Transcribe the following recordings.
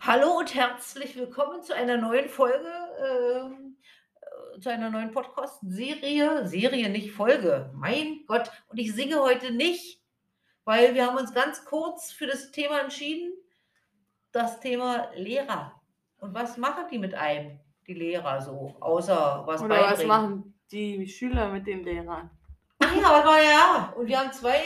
Hallo und herzlich willkommen zu einer neuen Folge, ähm, äh, zu einer neuen Podcast-Serie. Serie, nicht Folge. Mein Gott. Und ich singe heute nicht, weil wir haben uns ganz kurz für das Thema entschieden. Das Thema Lehrer. Und was machen die mit einem, die Lehrer so, außer was Oder was beibringen? machen die Schüler mit den Lehrern? Ah Ja, aber ja. Und wir haben zwei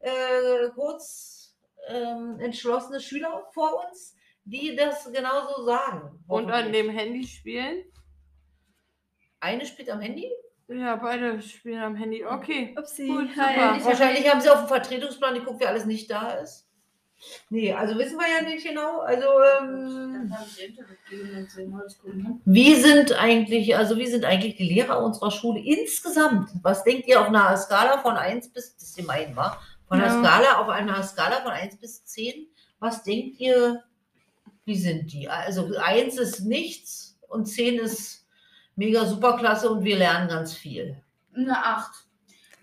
äh, kurz ähm, entschlossene Schüler vor uns, die das genauso sagen. Und an hoffentlich. dem Handy spielen? Eine spielt am Handy. Ja, beide spielen am Handy. Okay. Upsi. Gut, Hi. Ich Wahrscheinlich haben sie auf dem Vertretungsplan geguckt, wer alles nicht da ist. Nee, also wissen wir ja nicht genau. Also, ähm, wie sind eigentlich, also wie sind eigentlich die Lehrer unserer Schule insgesamt? Was denkt ihr auf einer Skala von 1 bis, das ist gemein, wa? Von einer Ja. Skala, auf einer Skala von 1 bis 10, was denkt ihr, wie sind die? Also 1 ist nichts und 10 ist mega superklasse und wir lernen ganz viel. Eine 8.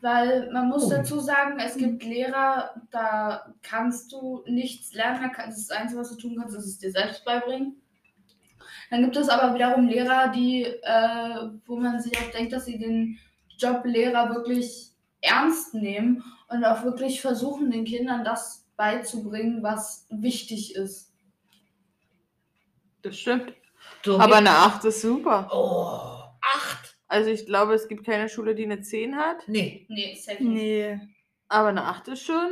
Weil man muss Oh. dazu sagen, es gibt Lehrer, da kannst du nichts lernen. Da kann- Das Einzige, was du tun kannst, ist es dir selbst beibringen. Dann gibt es aber wiederum Lehrer, die, äh, wo man sich auch denkt, dass sie den Job Lehrer wirklich ernst nehmen und auch wirklich versuchen, den Kindern das beizubringen, was wichtig ist. Das stimmt. So Aber geht's. eine 8 ist super. Oh, acht? Also ich glaube, es gibt keine Schule, die eine 10 hat. Nee, Nee, safe nicht. Nee. Aber eine 8 ist schon,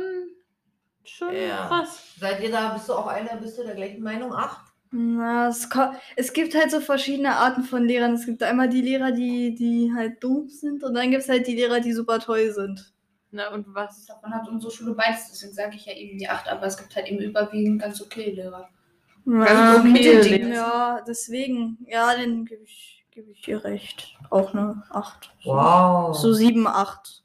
schon Ja. krass. seid ihr da, bist du auch einer, bist du der gleichen Meinung? Acht? Na, es, ko- es gibt halt so verschiedene Arten von Lehrern. Es gibt einmal die Lehrer, die, die halt doof sind und dann gibt es halt die Lehrer, die super toll sind. Na und was? Man hat unsere Schule beides, deswegen sage ich ja eben die 8, aber es gibt halt eben überwiegend ganz okay Lehrer. Ganz okay, mittelding. Lehrer. ja, deswegen, ja, dann gebe ich, geb ich ihr recht. Auch eine 8. Wow. So 7, 8.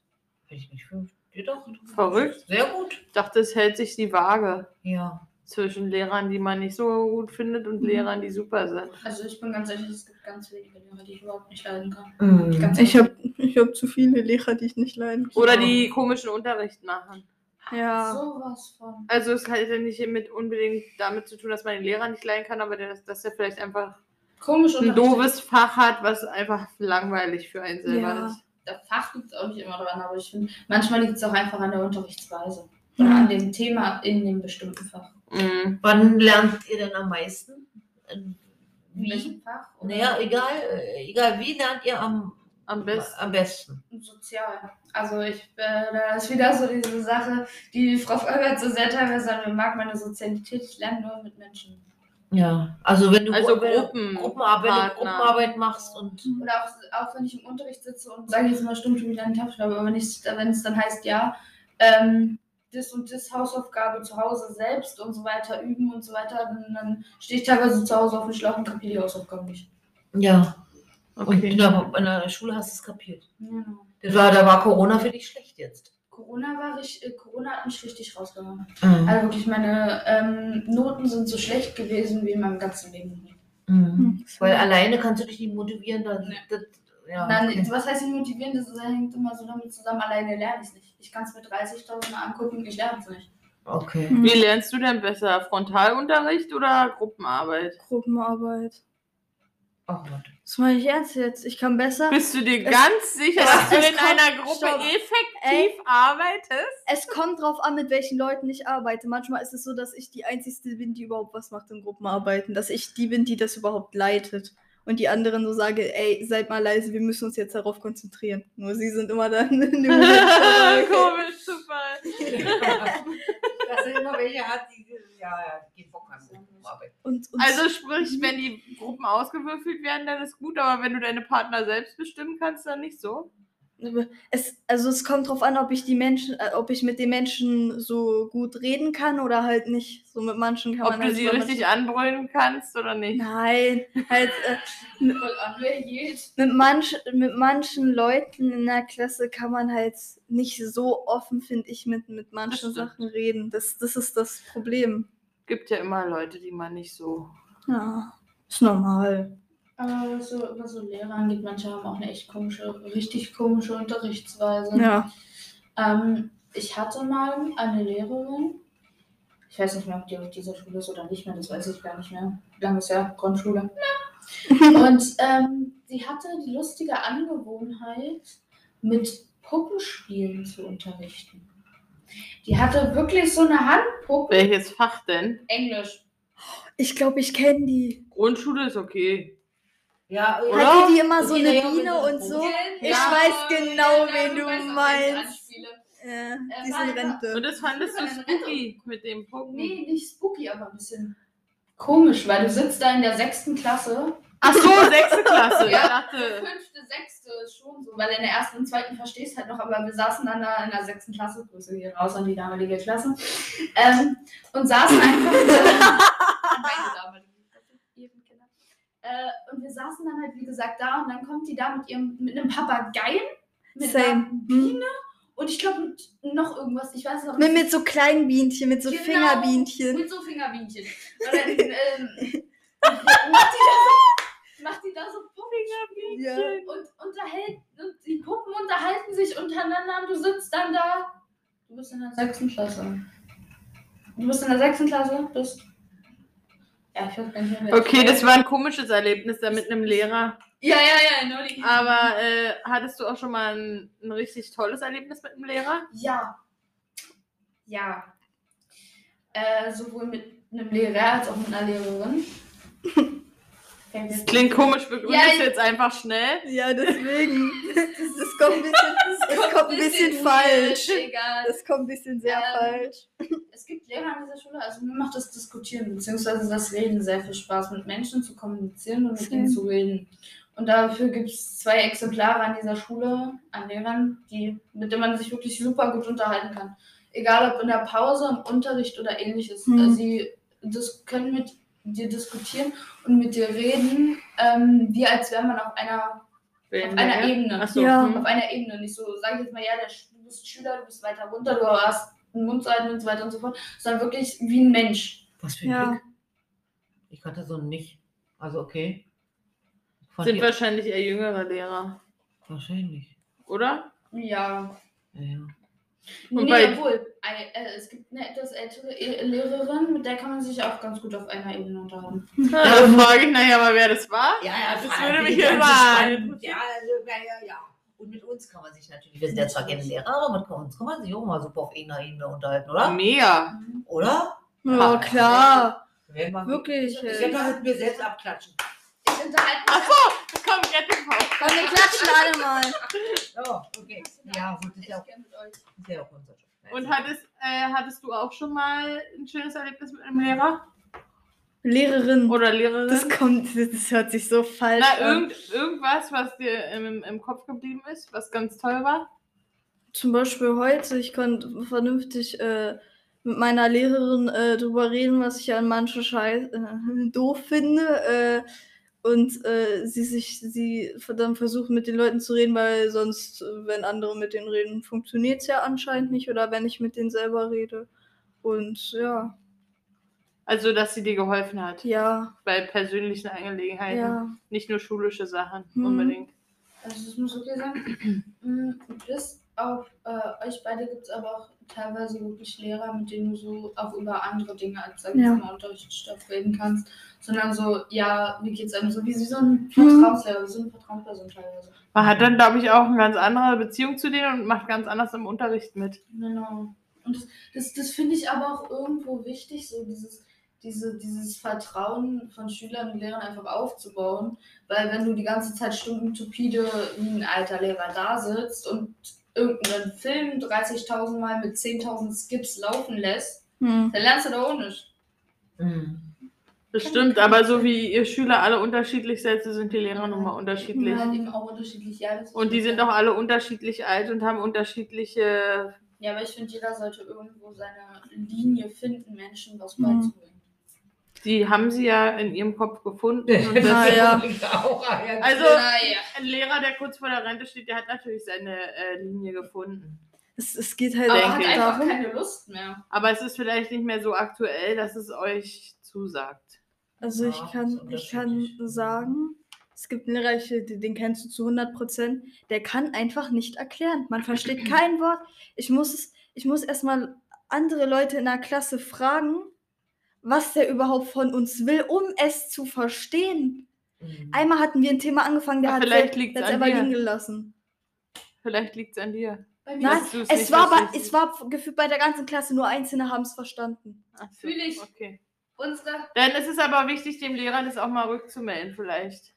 Hätte ich nicht fünf gedacht. Verrückt. Sehr gut. Ich dachte, es hält sich die Waage Ja. zwischen Lehrern, die man nicht so gut findet und Mhm. Lehrern, die super sind. Also ich bin ganz ehrlich, es gibt ganz wenige Lehrer, die ich überhaupt nicht leiden kann. Mhm. Ganz Ich habe ich hab zu viele Lehrer, die ich nicht leiden kann. Oder Ja. die komischen Unterricht machen. Ja. sowas von. Also es hat ja nicht mit unbedingt damit zu tun, dass man den Lehrer nicht leiden kann, aber dass, dass er vielleicht einfach Komisch ein und doofes Fach hat, was einfach langweilig für einen selber Ja. ist. Das Fach liegt auch nicht immer dran, aber ich finde, manchmal liegt es auch einfach an der Unterrichtsweise. Oder an dem Thema in dem bestimmten Fach. Mhm. Wann lernt ihr denn am meisten? Ähm, In Wie? welchem Fach? Oder Naja, egal, äh, egal, wie lernt ihr am, Am besten. am besten? Sozial. Also ich äh, da ist wieder so diese Sache, die Frau Volkert so sehr teilweise sagt, man mag meine Sozialität, ich lerne nur mit Menschen. Ja. Also wenn du Also wenn du Gruppen- Gruppenarbeit, wenn du Partner. Gruppenarbeit machst und Oder auch, auch wenn ich im Unterricht sitze und sage Mhm. jetzt mal stumpf schon wieder einen Tafel, aber wenn ich- wenn es dann heißt, ja, ähm, das und das Hausaufgabe zu Hause selbst und so weiter üben und so weiter, dann, dann stehe ich teilweise zu Hause auf dem Schlauch und kapiere die Hausaufgaben nicht. ja. Und in Okay. der, in der Schule hast du es kapiert. Genau. Das war, da war Corona für dich schlecht jetzt. Corona war ich, äh, Corona hat mich richtig rausgehauen. Mhm. Also wirklich, meine ähm, Noten sind so schlecht gewesen wie in meinem ganzen Leben. Mhm. Hm. Weil alleine kannst du dich nicht motivieren, dann. Nee. Das, ja, Nein, okay. was heißt nicht motivieren? Das hängt immer so damit zusammen, alleine lerne ich es nicht. Ich kann es mir 30.000 Mal angucken, ich lerne es nicht. okay. Mhm. Wie lernst du denn besser? Frontalunterricht oder Gruppenarbeit? Gruppenarbeit. Ach Gott. Das meine ich ernst jetzt. Ich kann besser. Bist du dir Es- ganz sicher, es- dass du es in kommt- einer Gruppe stopp. effektiv Ey. arbeitest? Es kommt drauf an, mit welchen Leuten ich arbeite. Manchmal ist es so, dass ich die Einzige bin, die überhaupt was macht in Gruppenarbeiten. Dass ich die bin, die das überhaupt leitet. Und die anderen so sage, ey, seid mal leise, wir müssen uns jetzt darauf konzentrieren. Nur sie sind immer dann in dem Moment. Komisch, Zufall. das sind immer welche Art, die ja, ja, die Bock haben. Aber Und, und Also sprich, wenn die Gruppen ausgewürfelt werden, dann ist gut, aber wenn du deine Partner selbst bestimmen kannst, dann nicht so. es, also es kommt drauf an, ob ich die Menschen, äh, ob ich mit den Menschen so gut reden kann oder halt nicht. So mit manchen kann Ob man du halt sie über richtig manche- anbrüllen kannst oder nicht. Nein, halt. Äh, Voll an, wer geht. mit, manch, mit manchen Leuten in der Klasse kann man halt nicht so offen, finde ich, mit, mit manchen stimmt. Sachen reden. Das, das ist das Problem. gibt ja immer Leute, die man nicht so. Ja, ist normal. Aber was so, was so Lehrer angeht, manche haben auch eine echt komische, richtig komische Mhm. Unterrichtsweise. Ja. Ähm, ich hatte mal eine Lehrerin, Ich weiß nicht mehr, ob die auf dieser Schule ist oder nicht mehr, das weiß ich gar nicht mehr. Lange ist ja Grundschule. Und ähm, sie hatte die lustige Angewohnheit, mit Puppenspielen zu unterrichten. Die hatte wirklich so eine Handpuppe. Welches Fach denn? Englisch. Ich glaube, ich kenne die. Grundschule ist okay. Ja, Oder? Hatte die immer Und so die eine Leonie Biene ist und groß. so? Ich Ja, weiß genau, wen du du weißt, auf wen ich meinst. anspiele. Äh, Äh, die ist in weiter. Rente. Und das fandest du Eine Rettung. spooky mit dem Puppen? Nee, nicht spooky, aber ein bisschen komisch, weil du sitzt da in der sechsten Klasse. Ach so, sechste Klasse. Ja. Ich dachte, Fünfte, sechste ist schon so, weil in der ersten und zweiten verstehst halt noch, aber wir saßen dann da in der sechsten Klasse, Grüße hier raus an die damalige Klasse, ähm, und saßen einfach an meine damalige Klasse, ihren Kindern. Äh, und wir saßen dann halt, wie gesagt, da und dann kommt die da mit ihrem, mit einem Papageien, mit einer Same. Biene und ich glaube mit noch irgendwas, ich weiß es noch Hm? Mit, mit so kleinen Bienchen, mit so Genau, Fingerbienchen. Mit so Fingerbienchen. Und dann ähm, macht, die da so, macht die da so Puppenspiel Ja. und unterhält und die Puppen unterhalten sich untereinander und du sitzt dann da. Du bist in der sechsten Klasse. Du bist in der sechsten Klasse, bist. Ja, ich weiß gar nicht mehr. wer Okay, ich war. das war äh, ein komisches Erlebnis da mit einem Lehrer. Ja, ja, ja, genau die. Aber äh, hattest du auch schon mal ein, ein richtig tolles Erlebnis mit einem Lehrer? Ja. Ja. Äh, sowohl mit einem Lehrer als auch mit einer Lehrerin. Das klingt komisch, wir gründen Ja, das ich- jetzt einfach schnell. Ja, deswegen. Das kommt ein bisschen, das kommt ein bisschen weird, falsch. Egal. Das kommt ein bisschen sehr Ähm, falsch. Es gibt Lehrer an dieser Schule, also mir macht das Diskutieren bzw. das Reden sehr viel Spaß, mit Menschen zu kommunizieren und mit ihnen zu reden. Und dafür gibt es zwei Exemplare an dieser Schule, an Lehrern, die, mit denen man sich wirklich super gut unterhalten kann. Egal ob in der Pause, im Unterricht oder ähnliches. Hm. Also sie dis- können mit dir diskutieren und mit dir reden, ähm, wie als wäre man auf einer Auf einer Ebene. Ach so. Ja. hm. auf einer Ebene. Nicht so, sag ich jetzt mal, ja, der, Sch- du bist Schüler, du bist weiter runter, du hast einen Mundseiten und so weiter und so fort, sondern wirklich wie ein Mensch. Was für ein Ja. Glück. Ich kannte so einen nicht. Also okay. Fand Sind ich- wahrscheinlich eher jüngere Lehrer, wahrscheinlich. oder? Ja. Ja, ja. Und nee, bei- obwohl, ei- äh, es gibt eine etwas ältere E- Lehrerin, mit der kann man sich auch ganz gut auf einer Ebene unterhalten. Ja, da frage ich nachher mal, wer das war. Ja, ja, Das Frau, würde bin mich ich ja ganz mal gespannt. Ja, also, ja, ja, ja. Und mit uns kann man sich natürlich, wir sind ja zwar keine Lehrer, aber mit uns kann man sich auch mal super auf einer Ebene unterhalten, oder? Mega. Mhm. Oder? Ja, klar. Wir werden mal- Wirklich. äh, Ich ey. werde mal mit mir selbst abklatschen. Ich unterhalte Ah. mich. Komm, get the fuck. Komm, wir klatschen alle mal. Ja, Oh, okay. Ja, gut, ist ja echt auch, gern mit euch. ist ja auch unser Job. Und hattest, äh, hattest du auch schon mal ein schönes Erlebnis mit einem Lehrer? Lehrerin. Oder Lehrerin? Das kommt, das hört sich so falsch Na, an. irgend, irgendwas, was dir im, im Kopf geblieben ist, was ganz toll war? Zum Beispiel heute, ich konnte vernünftig äh, mit meiner Lehrerin äh, drüber reden, was ich an manchen Scheiß äh, doof finde. Äh, und äh, sie sich, sie dann versucht mit den Leuten zu reden, weil sonst, äh, wenn andere mit denen reden, funktioniert es ja anscheinend nicht oder wenn ich mit denen selber rede. Und ja, Also, dass sie dir geholfen hat ja, bei persönlichen Angelegenheiten. ja. Nicht nur schulische Sachen Hm. unbedingt. Also das muss okay sein. Mm, Bis auf äh, euch beide gibt es aber auch teilweise wirklich Lehrer, mit denen du so auch über andere Dinge als sag ich Ja. jetzt mal Unterrichtsstoff reden kannst, sondern so, ja, wie geht's einem so, wie, wie so ein Mhm. Vertrauenslehrer, wie so eine Vertrauensperson teilweise. Man hat dann, glaube ich, auch eine ganz andere Beziehung zu denen und macht ganz anders im Unterricht mit. Genau. Und das, das, das finde ich aber auch irgendwo wichtig, so dieses, diese, dieses Vertrauen von Schülern und Lehrern einfach aufzubauen. Weil wenn du die ganze Zeit Stunden stupide wie ein alter Lehrer da sitzt und irgendeinen Film 30.000 Mal mit 10.000 Skips laufen lässt, Hm. dann lernst du da auch nicht. Mhm. Das stimmt, aber so wie ihr Schüler alle unterschiedlich seid, so sind die Lehrer nun mal unterschiedlich. Ja, halt eben auch unterschiedlich. Ja, das ist Und die sind auch alle unterschiedlich alt und haben unterschiedliche. Ja, aber ich finde, jeder sollte irgendwo seine Linie finden, Menschen was Mhm. beizubringen. Die haben sie ja in ihrem Kopf gefunden. Und Das das- ist ja. ja auch ein- Also Naja. ein Lehrer, der kurz vor der Rente steht, der hat natürlich seine äh, Linie gefunden. Es, es geht halt Aber hat einfach einfach darum. keine Lust mehr. Aber es ist vielleicht nicht mehr so aktuell, dass es euch zusagt. Also Ja, ich kann, ist ich kann unterschiedlich. sagen, es gibt einen Lehrer, ich- den den kennst du zu 100 Prozent, der kann einfach nicht erklären. Man versteht kein Wort. Ich muss es, ich muss erstmal andere Leute in der Klasse fragen, was der überhaupt von uns will, um es zu verstehen. Hm. Einmal hatten wir ein Thema angefangen, der Ja, hat vielleicht sel- liegt's der an hat's einfach dir. liegen gelassen. Vielleicht liegt es an dir. Bei mir Nein, ist- du es es nicht war, aber, verstehst. es war gefühlt bei der ganzen Klasse, nur Einzelne haben es verstanden. Ach so, Fühl ich. Okay. unsere. Dann ist es aber wichtig, dem Lehrer das auch mal rückzumelden, vielleicht.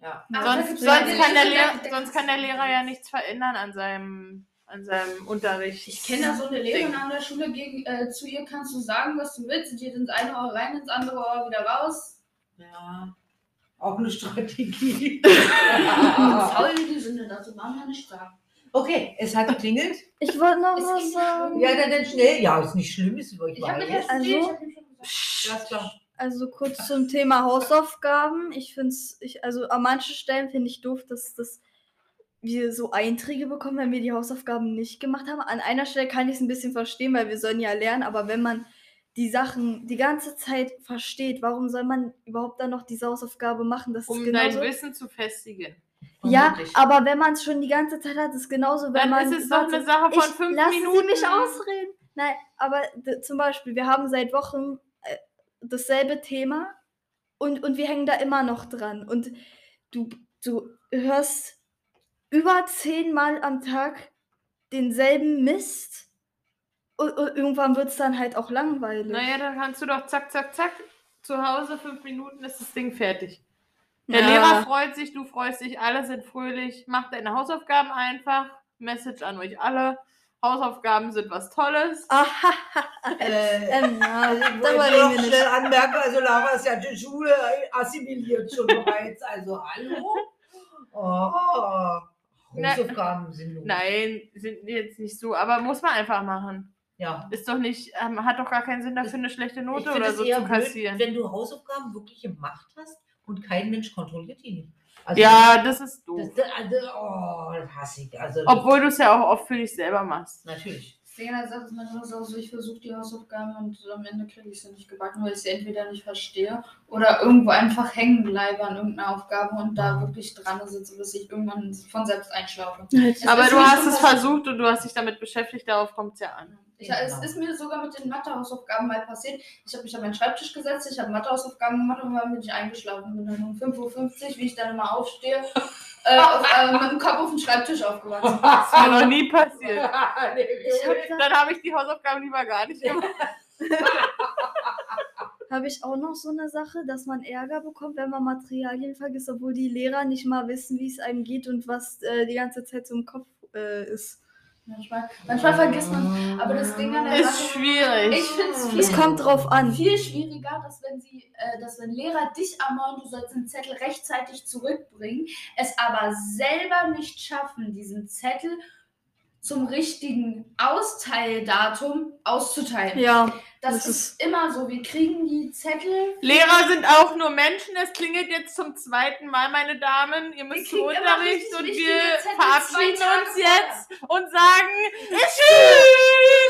Ja. Ach, da sonst, gibt's sonst, Leute, kann der die- Lehrer, sonst kann der Lehrer ja nichts verändern an seinem, an seinem Unterricht. Ich kenne da so eine Lehrerin an der Schule, gegen, äh, zu ihr kannst du sagen, was du willst. Die geht ins eine Ohr rein, ins andere Ohr wieder raus. ja. Auch eine Strategie. Ah. Und faul die Sünde, dazu waren wir nicht da. okay, es hat geklingelt. Ich wollte noch Ist was nicht sagen. schlimm. Ja, dann, dann schnell. Ja, ist nicht schlimm, ist wirklich Ich habe mit wahr. Herzen also, ich Also? hab ihm schon gesagt. Ja, ist klar. Also kurz zum Thema Hausaufgaben. Ich finde es, ich, also an manchen Stellen finde ich doof, dass, dass wir so Einträge bekommen, wenn wir die Hausaufgaben nicht gemacht haben. An einer Stelle kann ich es ein bisschen verstehen, weil wir sollen ja lernen, aber wenn man die Sachen die ganze Zeit versteht, warum soll man überhaupt dann noch diese Hausaufgabe machen? Das Um ist dein genauso. Wissen zu festigen. Ja, Vermutlich. aber wenn man es schon die ganze Zeit hat, ist genauso, wenn Dann man. ist es doch Warte, eine Sache von ich- fünf lassen Minuten. Sie mich ausreden. Nein, aber d- zum Beispiel, wir haben seit Wochen äh, dasselbe Thema und, und wir hängen da immer noch dran. Und du, du hörst über zehnmal am Tag denselben Mist. Und, und irgendwann wird es dann halt auch langweilig. Naja, dann kannst du doch zack, zack, zack. Zu Hause fünf Minuten ist das Ding fertig. Der Ja. Lehrer freut sich, du freust dich, alle sind fröhlich. Mach deine Hausaufgaben einfach. Message an euch alle. Hausaufgaben sind was Tolles. Aha, Äh, ähm, ja, Also ich da wollte überlegen noch wir schnell nicht. anmerken, also Lara ist ja die Schule assimiliert schon bereits. Also hallo? Oh, Na- Hausaufgaben sind nun. Nein, sind jetzt nicht so, aber muss man einfach machen. Ja. Ist doch nicht, ähm, hat doch gar keinen Sinn dafür, eine schlechte Ich Note finde oder es so eher zu kassieren. Blöd, wenn du Hausaufgaben wirklich gemacht hast und kein Mensch kontrolliert die. Also, ja, das ist Das, doof. das, also, oh, das hasse ich. Also, Obwohl du es ja auch oft für dich selber machst. Natürlich. Sena sagt es manchmal so, also ich versuche die Hausaufgaben und am Ende kriege ich sie nicht gebacken, weil ich sie entweder nicht verstehe oder irgendwo einfach hängen bleibe an irgendeiner Aufgabe und da wirklich dran sitze, bis ich irgendwann von selbst einschlafe. Es Aber ist du mir hast schon es mal- versucht und du hast dich damit beschäftigt, darauf kommt es ja an. Ich, es ist mir sogar mit den Mathehausaufgaben mal passiert. Ich habe mich an meinen Schreibtisch gesetzt, ich habe Mathehausaufgaben gemacht und dann bin ich eingeschlafen. Bin dann um 5.50 Uhr, wie ich dann immer aufstehe, äh, auf, äh, mit dem Kopf auf den Schreibtisch aufgewacht. Das ist mir noch nie Äh, passiert. Ich hab da- Dann habe ich die Hausaufgaben lieber gar nicht gemacht. habe ich auch noch so eine Sache, dass man Ärger bekommt, wenn man Materialien vergisst, obwohl die Lehrer nicht mal wissen, wie es einem geht und was äh, die ganze Zeit so im Kopf äh, ist. Manchmal, manchmal vergisst man aber das Ding an der Ist schwierig. Ich finde es viel, Es kommt drauf an. viel schwieriger, dass wenn, sie, äh, dass wenn Lehrer dich ermahnen, du sollst den Zettel rechtzeitig zurückbringen, es aber selber nicht schaffen, diesen Zettel zum richtigen Austeildatum auszuteilen. Ja, Das, Das ist, immer so. Wir kriegen die Zettel. Lehrer sind auch nur Menschen. Es klingelt jetzt zum zweiten Mal, meine Damen. Ihr müsst zum kriegen immer Unterricht richtig und wichtige wir Zettel zwei verabschieden Tage uns vorher. jetzt und sagen Tschüss!